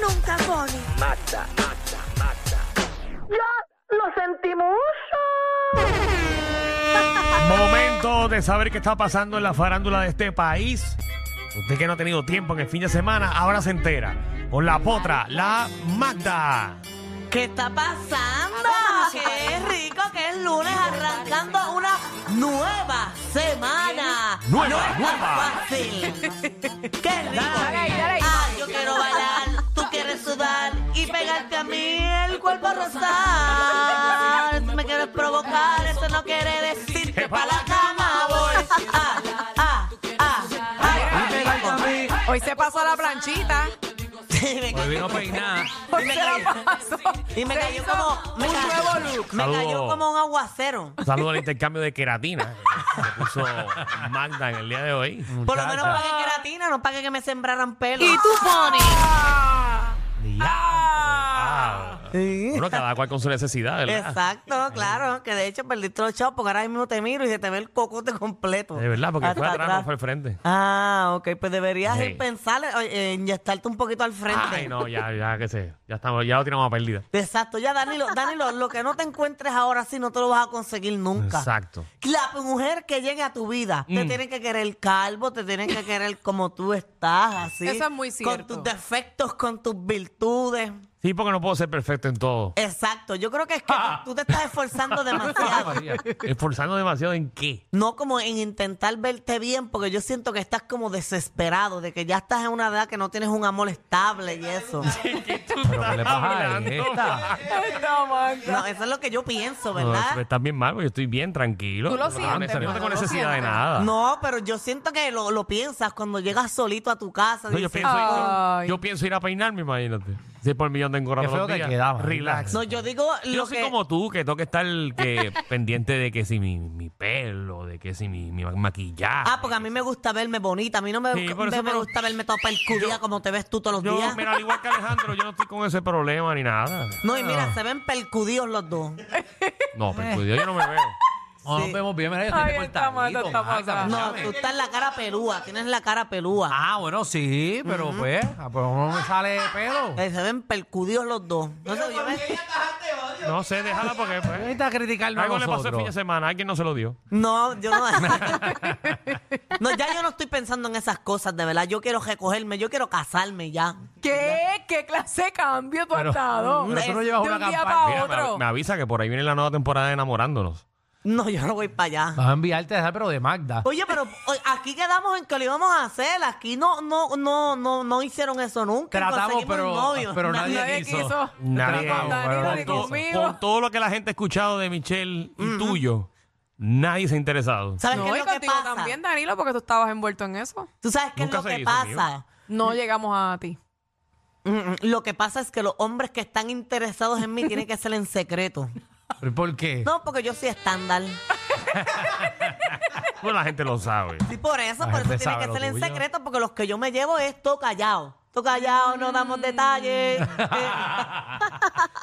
nunca, Bonnie. Mata, mata, mata. Ya lo sentimos. Momento de saber qué está pasando en la farándula de este país. Usted que no ha tenido tiempo en el fin de semana, ahora se entera. Con la potra, la Magda. ¿Qué está Ah, pasando? Ah, ¡Qué rico que es lunes arrancando una nueva semana! Nueva, No es tan nueva. fácil. ¡Qué rico! Ah, yo quiero bailar, tú quieres sudar y pegarte a mí el cuerpo rosal. Si me quieres provocar, eso no quiere decir que para la cama voy. Ah, ah, ah, ay, pégate a mí. Hoy se pasó la planchita. Sí, me Hoy vino peinada. Hoy me se la cayó. pasó. Y me Se cayó hizo como- me un cayó. nuevo look. Me cayó Saludo. como un aguacero. Saludo al intercambio de queratina que puso Magda en el día de hoy. Por lo menos Muchacha. pagué queratina, no pagué que me sembraran pelo. Diablo. Ah. Bueno, cada cual con su necesidad, ¿verdad? Exacto, claro. Que de hecho perdiste los chavos porque ahora mismo te miro y se te ve el cocote completo. De verdad, porque fue Hasta atrás, no fue al frente. Ah, ok. Pues deberías Sí. ir pensar eh, en inyectarte un poquito al frente. Ay, no, ya, ya, qué sé. Ya, estamos, ya lo tiramos a pérdida. Exacto. Ya, Danilo, Danilo, lo que no te encuentres ahora sí no te lo vas a conseguir nunca. Exacto. La mujer que llegue a tu vida te Mm. tiene que querer calvo, te tiene que querer como tú estás, así. Eso es muy Con cierto. tus defectos, con tus virtudes. Sí, porque no puedo ser perfecto en todo. Exacto. Yo creo que es que Ah. tú te estás esforzando Ay, demasiado. María. Esforzando demasiado en qué. No como en intentar verte bien, porque yo siento que estás como desesperado, de que ya estás en una edad que no tienes un amor estable y eso. Pero ¿qué le pasa a esta? No, man. No, eso es lo que yo pienso, No, eso ¿verdad? está bien mal porque yo estoy bien tranquilo. Tú lo No, sientes, nece- no ¿verdad? tengo Lo necesidad de sientes. nada. No, pero yo siento que lo, lo piensas cuando llegas solito a tu casa. No, yo, dices, pienso, "Ah". yo, Ay. yo pienso ir a peinarme, imagínate. Si por millón tengo Qué rato feo los te días. queda, Magda. Relax. "Oh". no, yo digo yo lo no soy que... como tú, que tengo que estar que, pendiente de que si mi, mi pelo, de que si mi, mi ma- maquillaje. Ah, porque a mí me gusta verme bonita. A mí no me, Sí, por eso, me- me pero- gusta verme toda percudida como te ves tú todos los Yo, días. mira, al igual que Alejandro, yo no estoy con ese problema ni nada. No, y mira, se ven percudidos los dos. No, pero cuidado, yo no me veo. No nos vemos bien, mira, yo Ay, estoy está mal, cortadito. está mal, Magda, está mal. No, mírame. tú estás en la cara pelúa, tienes la cara pelúa. Ah, bueno, sí, pero pues, ah, pues no me sale pelo. Eh, se ven percudidos los dos. No sé, yo me- No sé, déjala porque pues, Vete a criticarnos a algo le pasó el fin de nosotros. semana, alguien no se lo dio. No, yo no. no, ya yo no estoy pensando en esas cosas, de verdad. Yo quiero recogerme, yo quiero casarme ya. ¿Qué? ¿Qué clase de cambio tú Pero- has dado? pero tú no Es llevas de una un día campaña. pa' Mira, me, otro. av- me avisa que por ahí viene la nueva temporada de enamorándonos. No, yo no voy para allá. Vas a enviarte a dejar, pero de Magda. Oye, pero oye, aquí quedamos en que lo íbamos a hacer. Aquí no, no, no, no, no hicieron eso nunca. y Tratamos, conseguimos pero, un novio. pero nadie, Nadie quiso. quiso. Nadie, Tratamos, Nadie pero ni nadie quiso. conmigo. con todo lo que la gente ha escuchado de Michelle y tuyo, nadie se ha interesado. ¿Sabes No, qué y es lo que contigo pasa? también, Danilo, porque tú estabas envuelto en eso. Tú sabes qué es Nunca lo se que hizo, pasa. No llegamos a ti. Mm, mm, Lo que pasa es que los hombres que están interesados en mí tienen que ser en secreto. ¿Pero ¿Por qué? No, porque yo soy estándar. Bueno, la gente lo sabe. Y por eso, La por eso tiene gente sabe que lo ser en tuyo. secreto, porque los que yo me llevo es todo callado. Todo callado, no damos detalles.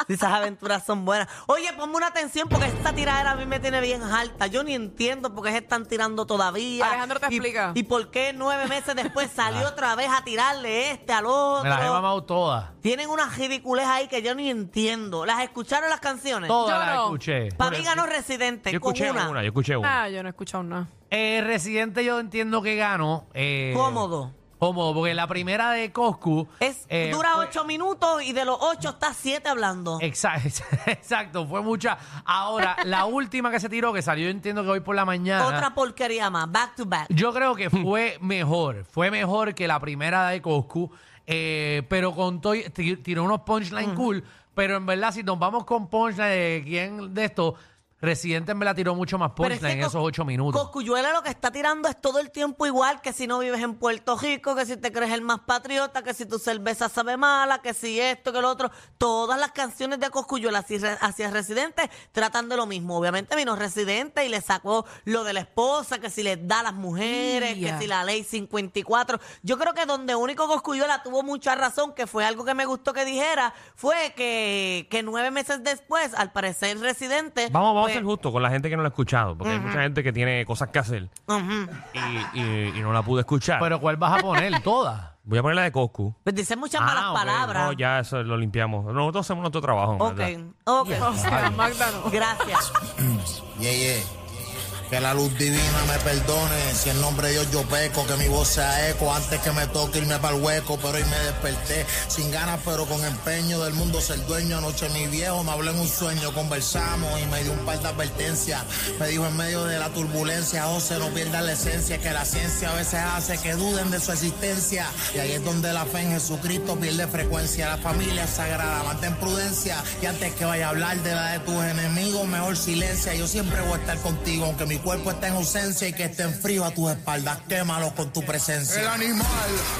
Si Esas aventuras son buenas. Oye, ponme una atención porque esta tiradera a mí me tiene bien alta. Yo ni entiendo por qué se están tirando todavía. Alejandro te Y- explica. Y por qué nueve meses después salió otra vez a tirarle este al otro. Me las he mamado todas. Tienen unas ridiculez ahí que yo ni entiendo. ¿Las escucharon las canciones? Todas Yo las no. escuché. Para mí ganó Residente. Yo con escuché una. yo escuché una. Ah, yo no he escuchado nada. Eh, Residente yo entiendo que gano. eh, Cómodo. Cómodo, porque la primera de Coscu... Es, eh, dura fue- pues ocho minutos y de los ocho está siete hablando. Exa- Exacto, fue mucha. Ahora, la última que se tiró, que salió, yo entiendo que hoy por la mañana. Otra porquería más, back to back. Yo creo que fue mejor, fue mejor que la primera de Coscu, eh, pero con todo, y- ti- tiró unos punchline cool, pero en verdad, si nos vamos con punchline de quién de esto, Residente en verdad tiró mucho más Pero es punchline en que esos Cos- ocho minutos. Cosculluela lo que está tirando es todo el tiempo igual, que si no vives en Puerto Rico, que si te crees el más patriota, que si tu cerveza sabe mala, que si esto, que lo otro. Todas las canciones de Cosculluela hacia, Re- hacia Residente tratan de lo mismo. Obviamente vino Residente y le sacó lo de la esposa, que si les da a las mujeres, Ya. que si la ley 54. Yo creo que donde único Cosculluela tuvo mucha razón, que fue algo que me gustó que dijera, fue que, que nueve meses después, al parecer Residente... Vamos, vamos pues, a ser justos con la gente que no la ha escuchado, porque hay mucha gente que tiene cosas que hacer ujú. y, y- y no la pude escuchar. Pero ¿cuál vas a poner? Todas. Voy a poner la de Coscu. Pues dicen muchas Ah, malas ok. palabras. No, ya eso lo limpiamos. Nosotros hacemos nuestro trabajo. ok, ¿verdad? ok. O sea, Magda no. Gracias. Yeah, yeah. Que la luz divina me perdone, si en nombre de Dios yo peco, que mi voz sea eco, antes que me toque irme para el hueco, pero hoy me desperté, sin ganas pero con empeño del mundo ser dueño, anoche mi viejo me habló en un sueño, conversamos y me dio un par de advertencias, me dijo en medio de la turbulencia, José no pierdas la esencia, que la ciencia a veces hace que duden de su existencia, y ahí es donde la fe en Jesucristo pierde frecuencia, la familia es sagrada, mantén prudencia, y antes que vaya a hablar de la de tus enemigos, mejor silencia, yo siempre voy a estar contigo, aunque mi cuerpo esté en ausencia y que esté en frío a tus espaldas, quémalo con tu presencia. El animal,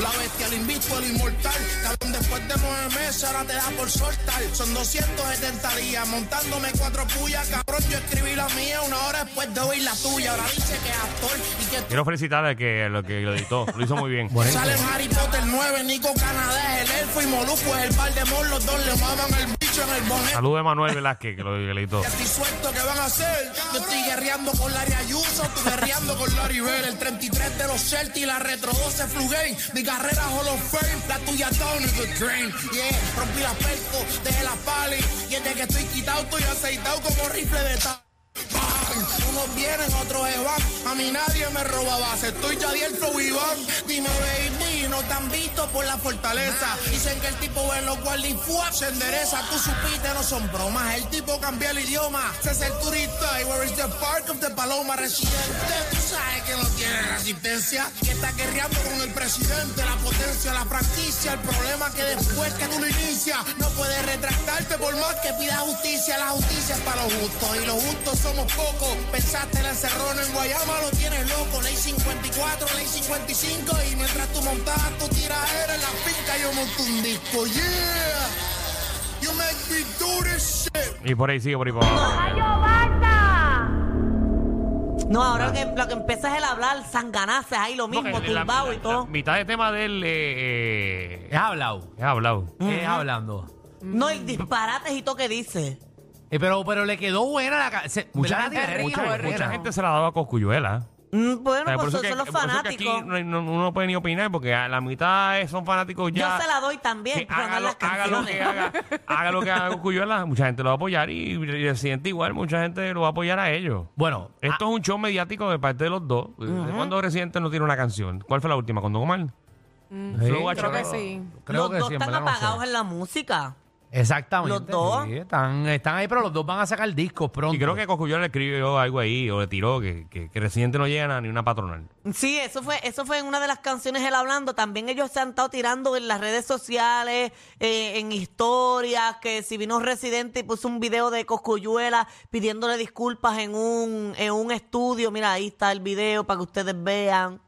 la bestia, el invicto, el inmortal, cabrón, después de nueve meses ahora te da por soltar, son 270 días, montándome cuatro puyas, cabrón, yo escribí la mía una hora después de oír la tuya, ahora dice que es actor y que... Quiero felicitar al que lo que lo editó. Lo hizo muy bien. Salen Harry Potter 9, Nico Canadá es el elfo y Molusco es el par de mor, los dos le maman el bicho en el bonete. Saludos a Manuel Velázquez, que lo que lo editó. Ya estoy suelto, ¿qué van a hacer? Yo estoy guerreando con Larry Ayuso, estoy guerreando con Larry Bell, el 33 de los Celtics, la Retro 12 Flu Game, mi carrera Hall of Fame, la tuya Tony Good Green. Yeah, rompí la perco, dejé la pali, y desde que estoy quitado estoy aceitado como rifle de tal. Unos vienen, otros se van. A mí nadie me roba base. Estoy Yadiel Flow Iván. Dime, baby, no te han visto por la fortaleza. Dicen que el tipo en los guardias fuá, se endereza. Tú supiste, no son bromas. El tipo cambia el idioma. Se hace el turista. Y where is the park of the Paloma residente? Tú sabes que no tiene resistencia. Que está guerreando con el presidente. La potencia, la franquicia. El problema que después que tú lo inicias, no puedes retractarte por más que pidas justicia. La justicia es para los justos. Y los justos somos pocos. Pensaste en el cerrón en Guayama, lo tienes loco. Ley 54, ley 55. Y mientras tú montabas tu tiradera en la finca, yo monto un disco. Yeah. You make me do this shit. Y por ahí sigue, por ahí por abajo. ¡Yo basta! No, ahora lo que, lo que empieza es el hablar, sanganaces ahí lo mismo, Porque la- tumbado la- y todo. la mitad de tema de él eh, Es eh, hablado. es hablado. Es hablando. No, y disparates y todo que dice. Eh, pero, pero le quedó buena la ca- se- Mucha ¿verdad? gente, Herrera, mucha- Herrera. mucha gente se la ha dado a Coscuyuela. Mm, Bueno, ¿Sabes? pues eso son, que- son los por eso que aquí fanáticos. no- no- uno no puede ni opinar porque a la mitad eh, son fanáticos ya. Yo se la doy también, Que pero no en haga, lo, las haga lo que canciones. haga, haga lo que haga Coscuyuela, mucha gente lo va a apoyar y, y Residente igual, mucha gente lo va a apoyar a ellos. Bueno, ah. Esto es un show mediático de parte de los dos. ¿Cuándo ¿Cuándo Residente no tiene una canción? ¿Cuál fue la última? ¿Con Don Omar? ah, Sí. Flow ha Creo que hecho- sí. creo los que dos sí, en están verdad no sé. apagados en la música. Exactamente. Los dos. sí, están, están ahí, pero los dos van a sacar discos pronto. Y creo que Coscuyola le escribió algo ahí o le tiró que, que, que Residente no llena ni una patronal. Sí, eso fue, eso fue en una de las canciones él hablando. También ellos se han estado tirando en las redes sociales, eh, en historias, que si vino Residente y puso un video de Coscuyuela pidiéndole disculpas en un, en un estudio. Mira, ahí está el video para que ustedes vean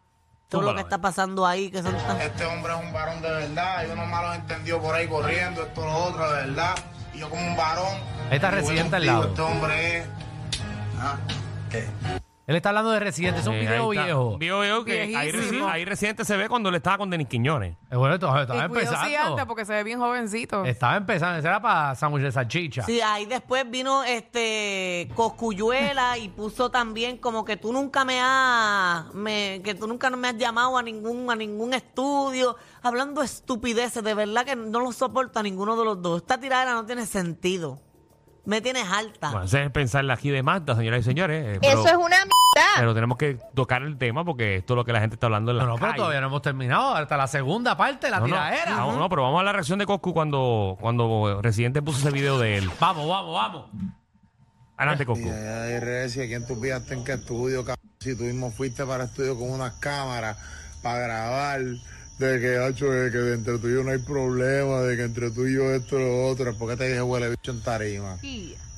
todo lo que está pasando ahí, que son tan- Este hombre es un varón de verdad. Hay unos malos entendidos por ahí corriendo, esto, lo otro, de verdad. Y yo como un varón. Ahí está yo voy residente al contigo, lado. Este hombre es. Ah, ¿qué? Él está hablando de Residente, es un Eh, video ahí está. viejo. Un video viejo que ahí, Viejísimo. reci- ahí Residente se ve cuando le estaba con Denis Quiñones. Eh, bueno, todavía estaba Y cuidado si empezando. antes porque se ve bien jovencito. Estaba empezando, ese era para sándwich de salchicha. Sí, ahí después vino este Coscuyuela y puso también como que tú nunca me has me- que tú nunca me has llamado a ningún a ningún estudio hablando estupideces, de verdad que no lo soporto a ninguno de los dos. Esta tiradera no tiene sentido. Me tienes Ah. alta. Bueno, ese es pensar la aquí de Magda, señoras y señores. eh, pero, Eso es una mierda. pero tenemos que tocar el tema porque esto es lo que la gente está hablando en la No, no, pero todavía no hemos terminado. Hasta la segunda parte, la tiradera. No, Ah, no, pero vamos a la reacción de Coscu cuando, cuando Residente puso ese video de él. Vamos, vamos, vamos. Adelante, Coscu. Ay, Reci, aquí en tu pillaste en qué estudio, cabrón? Si tú mismo fuiste para estudio con unas cámaras para grabar, de que, hacho, de que entre tú y yo no hay problema, de que entre tú y yo esto y lo otro, ¿por qué te dije huele bicho en tarima?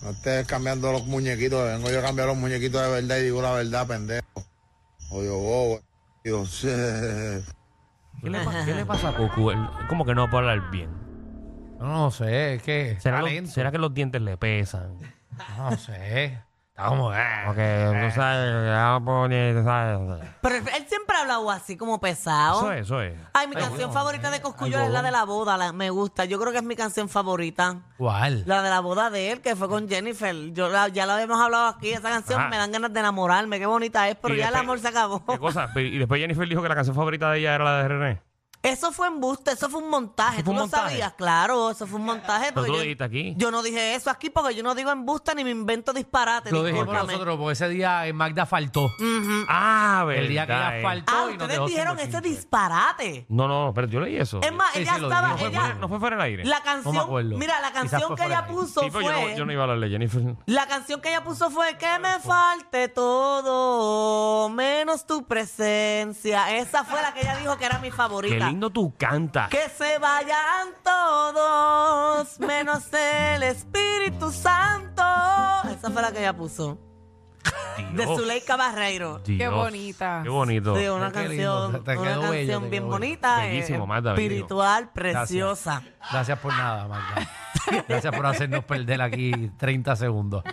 No estés cambiando los muñequitos, vengo yo a cambiar los muñequitos de verdad y digo la verdad, pendejo. Odio bobo. eh, Digo, ¿Qué le, pa- qué le pasa a Coscu? Él como que no puede hablar bien. No, no sé, es que. ¿Será, está los- lento. será que los dientes le pesan? No sé. Está como. eh, Porque tú sabes, tú sabes. Pero él siempre ha hablado así como pesado. Eso es, eso es. Ay, mi canción favorita de Coscuyuela es la de la boda, la- me gusta. Yo creo que es mi canción favorita. ¿Cuál? La de la boda de él, que fue con Jennifer. Yo la- ya la habíamos hablado aquí. Esa canción Ajá. me dan ganas de enamorarme. Qué bonita es, pero Y ya el después- amor se acabó. ¿Qué cosa? Y después Jennifer dijo que la canción favorita de ella era la de René. Eso fue embuste, eso fue un montaje. ¿Eso fue ¿Tú un lo montaje? sabías? Claro, eso fue un montaje. Pero tú porque lo yo- dijiste aquí. Yo no dije eso aquí porque yo no digo embuste ni me invento disparate. Lo dijimos discúlpame. Mm. nosotros porque ese día eh, Magda faltó. Ah, verdad. El día que ella eh. faltó Ah, y nos ustedes dejó sin dijeron bochinche. ese disparate. No, no, pero yo leí eso. Es más, Sí, ella sí, lo estaba. dijimos. ella- No fue fuera del aire. la No canción. me acuerdo. Mira, la Quizás canción fue que fuera ella de ahí. puso Sí, pero fue. yo no, yo no iba a hablarle, Jennifer. La canción que ella puso fue Que me falte todo menos tu presencia. Esa fue la que ella dijo que era mi Qué favorita. lindo tú cantas. Que se vayan todos menos el Espíritu Santo. Esa fue la que ella puso. De Dios, Zuleika Barreiro. Dios. Qué bonita. Qué bonito. Sí, una Qué lindo, canción, te quedó una bello, te canción bien quedó bello. bonita, eh, Bellísimo, Magda, bendito. espiritual, preciosa. Gracias por nada, Magda. Gracias por hacernos perder aquí 30 segundos.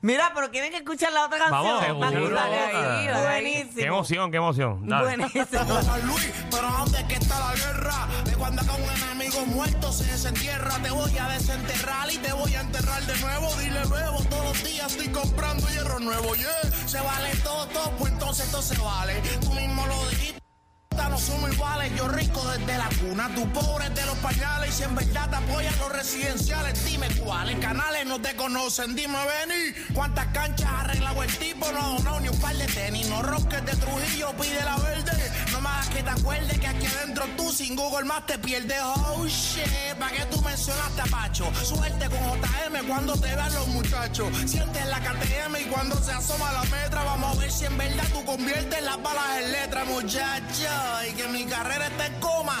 Mira, pero tienen que escuchar la otra Vamos, canción. seguro. Magda, dale ahí, dale ahí. Qué Buenísimo. emoción, qué emoción. Dale. Buenísimo. San Luis, pero ¿dónde es que está la guerra? De cuando acá un enemigo muerto se desentierra, te voy a desenterrar y te voy a enterrar de nuevo. Dile luego, todos los días estoy comprando hierro nuevo, yeah. Se vale todo, todo, pues entonces todo se vale. Tú mismo lo dijiste. No somos iguales, yo rico desde la cuna, tú pobre de los pañales. Y si en verdad te apoyan los residenciales, dime cuáles canales no te conocen. Dime, Benny, cuántas canchas ha arreglado el tipo. No ha donado ni un par de tenis, no rosques de Trujillo, pide la verde. No me hagas que te acuerdes que aquí adentro tú sin Google más te pierdes. Oh shit, ¿para qué tú mencionaste a Pacho? Suerte con JM cuando te vean los muchachos. Sientes la KTM y cuando se asoma la metra, vamos a ver si en verdad tú conviertes las balas en letra, muchacha. Y que mi carrera está en coma.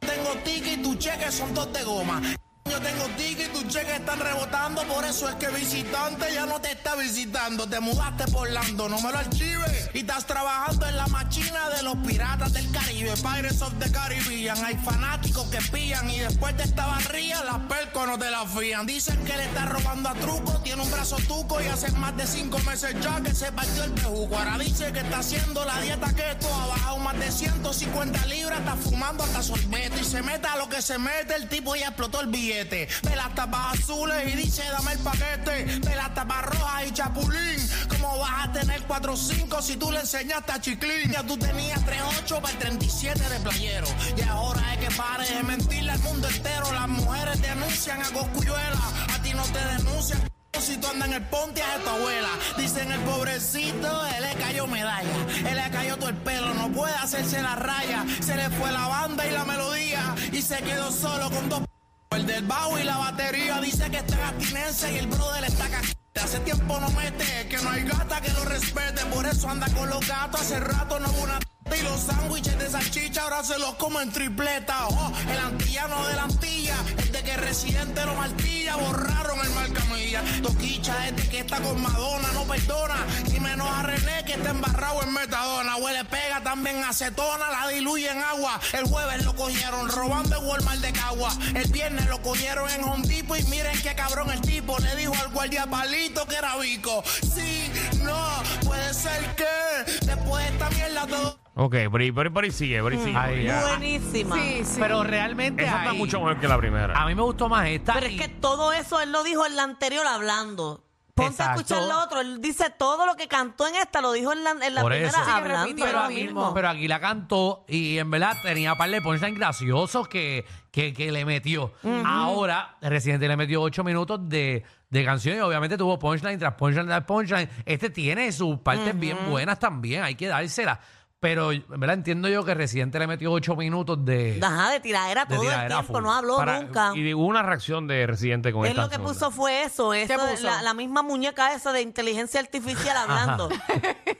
Tengo ticket y tus cheques son dos de goma. Yo tengo ticket y tus cheques están rebotando. Por eso es que visitante ya no te está visitando. Te mudaste por Lando, no me lo archives. Y estás trabajando en la machina de los piratas del Caribe. Pirates of the Caribbean. Hay fanáticos que pillan y después de esta barría las percos no te la fían. Dicen que le está robando a truco, tiene un brazo tuco y hace más de cinco meses ya que se partió el pejuco. Ahora dice que está haciendo la dieta keto, ha bajado más de 150 libras, está fumando hasta sorbete y se meta lo que se mete, el tipo ya explotó el billete. Ve las tapas azules y dice dame el paquete, ve las tapas rojas y chapulín. ¿Cómo vas a tener 4-5 si tú le enseñaste a Chiclín? Ya tú tenías 3-8 para el 37 de playero. Y ahora es que pares de mentirle al mundo entero. Las mujeres denuncian a Coscuyuela, a ti no te denuncian. Si tú andas en el ponte a tu abuela, dicen el pobrecito, él le cayó medalla, él le cayó todo el pelo, no puede hacerse la raya, se le fue la banda y la melodía, y se quedó solo con dos p- el del bajo y la batería, dice que está gastinense y el brother está cagado. Hace tiempo no mete, que no hay gata que lo respete, por eso anda con los gatos, hace rato no hubo una t- y los sándwiches de salchicha ahora se los come en tripleta, oh, el antillano de la antilla, el de que residente lo martilla, borraron el marcamilla, toquicha este que está con Madonna, no perdona, y menos a René que está embarrado en metadona, huele pega también acetona, la diluye en agua, el jueves lo cogieron robando en Walmart de Cagua, el viernes lo cogieron en Home Depot y miren qué cabrón el tipo, le dijo al guardia palito que era bico, sí, no, puede ser que después de esta mierda todo... Ok, por ahí, por ahí- por ahí sigue, Mm. por ahí sigue. Ahí, Ya. Buenísima. Sí, sí. Pero realmente Esa está ahí, mucho mejor que la primera. a mí me gustó más esta. Pero es y- que todo eso él lo dijo en la anterior hablando. Ponte a Exacto. escuchar lo otro. Él dice todo lo que cantó en esta, lo dijo en la, en la Por primera eso. Sí, que hablando. repitió de pero lo ahora aquí, mismo. pero aquí la cantó y en verdad tenía par de punchlines graciosos que, que, que le metió. Ahora, Residente le metió ocho minutos de, de canción y obviamente tuvo punchline tras punchline tras punchline. Este tiene sus partes bien buenas también, hay que dárselas. Pero en verdad entiendo yo que Residente le metió ocho minutos de... Ajá, de tiradera De todo tiradera el tiempo, full. no habló Para- nunca. Y hubo una reacción de Residente con Él esta lo que segunda. puso fue eso, eso de puso? La, la misma muñeca esa de inteligencia artificial hablando.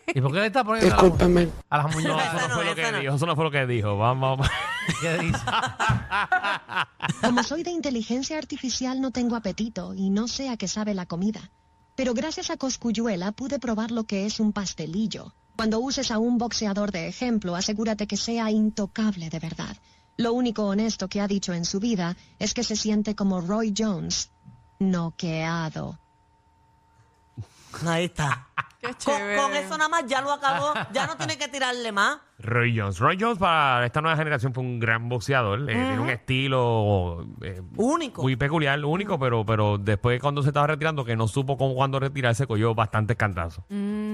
¿Y por qué le está poniendo a la- a las No, muñecas? eso Esa no no, fue lo que esa no. dijo, eso no fue lo que dijo. Vamos, vamos. ¿Qué dice? Como soy de inteligencia artificial no tengo apetito y no sé a qué sabe la comida. Pero gracias a Coscuyuela pude probar lo que es un pastelillo. Cuando uses a un boxeador de ejemplo, asegúrate que sea intocable de verdad. Lo único honesto que ha dicho en su vida es que se siente como Roy Jones, noqueado. Ahí está. Qué Con, chévere. con eso nada más ya lo acabó, ya no tiene que tirarle más. Roy Jones. Roy Jones para esta nueva generación fue un gran boxeador. eh, Tiene un estilo eh, Único. muy peculiar, Mm. único, pero, pero después cuando se estaba retirando, que no supo cómo cuándo retirarse, cogió bastantes cantazos.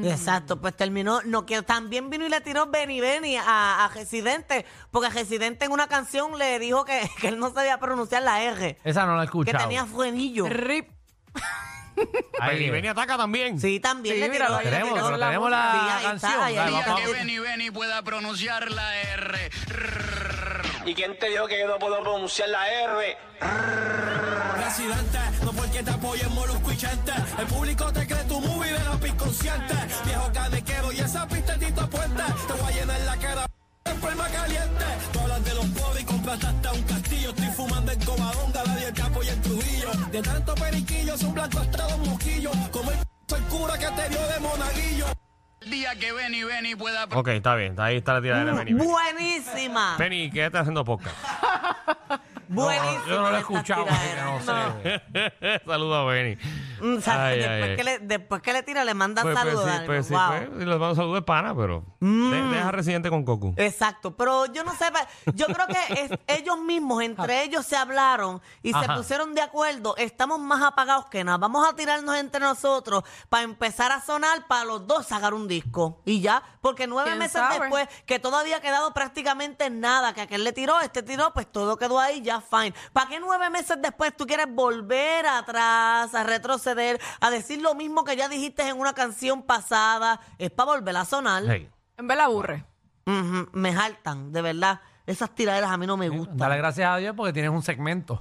Exacto, pues terminó. No, que también vino y le tiró Benny Benny a, a Residente, porque Residente en una canción le dijo que, que él no sabía pronunciar la R, Esa no la he que escuchado. tenía fuenillo. Rip. Ahí, Benny Benny ataca también. Sí, también Sí, le mira, tiró. lo le tenemos, tiró lo tenemos la ahí está, canción. ahí Dale, está. vamos, Que Benny Benny pueda pronunciar la R. ¿Y quién te dijo que yo no puedo pronunciar la R? Presidente, no porque te apoyen Molusco y Chente. El público te cree tu movie de los inconscientes. Viejo canequero y esa pistetita puente. Te voy a llenar la cara en palma caliente. Tú hablas de los pobres y compraste hasta un castillo. Estoy fumando en Covadonga, la del Capo y en Trujillo. De tanto periquillo, son blancos hasta los mosquillos. Como el, p- el cura que te dio de monaguillo. El día que Benny Benny pueda Ok, está bien. Ahí está la tiradera Mm, de Benny Benny. Buenísima. Benny, ¿qué estás haciendo podcast? Buenísima. Yo no lo esta he escuchado, así que tiradera. no sé. Saludos a Benny. Mm, sabe, Ay, después, ay, Que le, después que le tira, le mandan Pues, pues saludos. sí, Dani. pues sí, Wow. Mm. pues, y los mando saludos de pana, pero de- deja residente con Eh, Coco. Exacto, pero yo no sé, pa- yo creo que es- ellos mismos, entre ellos se hablaron y se Ajá. pusieron de acuerdo, estamos más apagados que nada, vamos a tirarnos entre nosotros para empezar a sonar, para los dos sacar un disco y ya, porque nueve ¿Quién meses sabe? después, que todo había quedado prácticamente en nada, que aquel le tiró, este tiró, pues todo quedó ahí, ya fine. ¿Para qué nueve meses después tú quieres volver atrás, a retroceder, a decir lo mismo que ya dijiste en una canción pasada? Es para volver a sonar. Hey. En vez la aburre. Ujú, Me jaltan, de verdad. Esas tiraderas a mí Eh, no me gustan. Dale gracias a Dios porque tienes un segmento.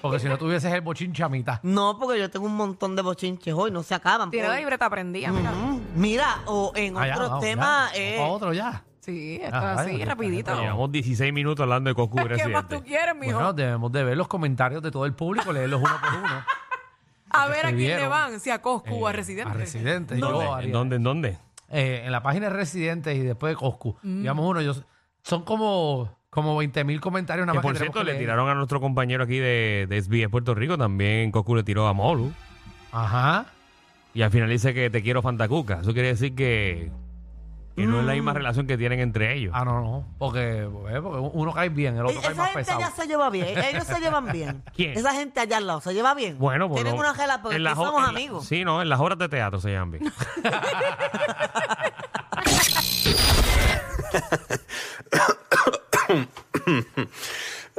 Porque si no tuvieses el bochín chamita. No, porque yo tengo un montón de bochinches hoy, no se acaban. Tiene Hoy- la libreta prendida, mira. Ujú. Mira, o en Ah, ya, otro vamos, tema ya. eh, Vamos pa' otro ya. Sí, esto Ah, es así, vaya, rapidito. Llevamos 16 minutos hablando de Coco ¿Qué más tú residente. quieres, mijo? Bueno, debemos de ver los comentarios de todo el público, leerlos uno por uno. a ver a quién le escribieron, eh, van, si a Coscu o a Residente. A Residente. ¿En yo, dónde? Ariel. ¿En dónde? ¿En dónde? Eh, en la página de Residentes y después de Coscu. Mm. Digamos uno, yo, son como, como 20 mil comentarios nada Que más por que tenemos cierto, le que leer. tiraron a nuestro compañero aquí de, de SBS Puerto Rico, también Coco le tiró a Molu. Ajá. Y al final dice que te quiero Fantacuca. Eso quiere decir que, que no es la misma relación que tienen entre ellos. Ah, no, no. Porque, eh, porque uno cae bien, el Ey, otro cae Esa más gente pesado. allá se lleva bien. Ellos se llevan bien. ¿Quién? Esa gente allá al lado se lleva bien. Bueno, por Tienen lo- una gela porque en las aquí ho- somos en la- amigos. sí, no, en las horas de teatro se llaman bien.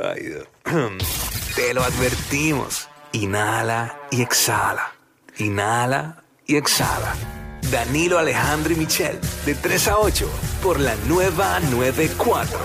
Ay, Dios. Te lo advertimos. Inhala y exhala. Inhala y exhala. Danilo Alejandro y Michel, de 3 a 8, por la nueva 94.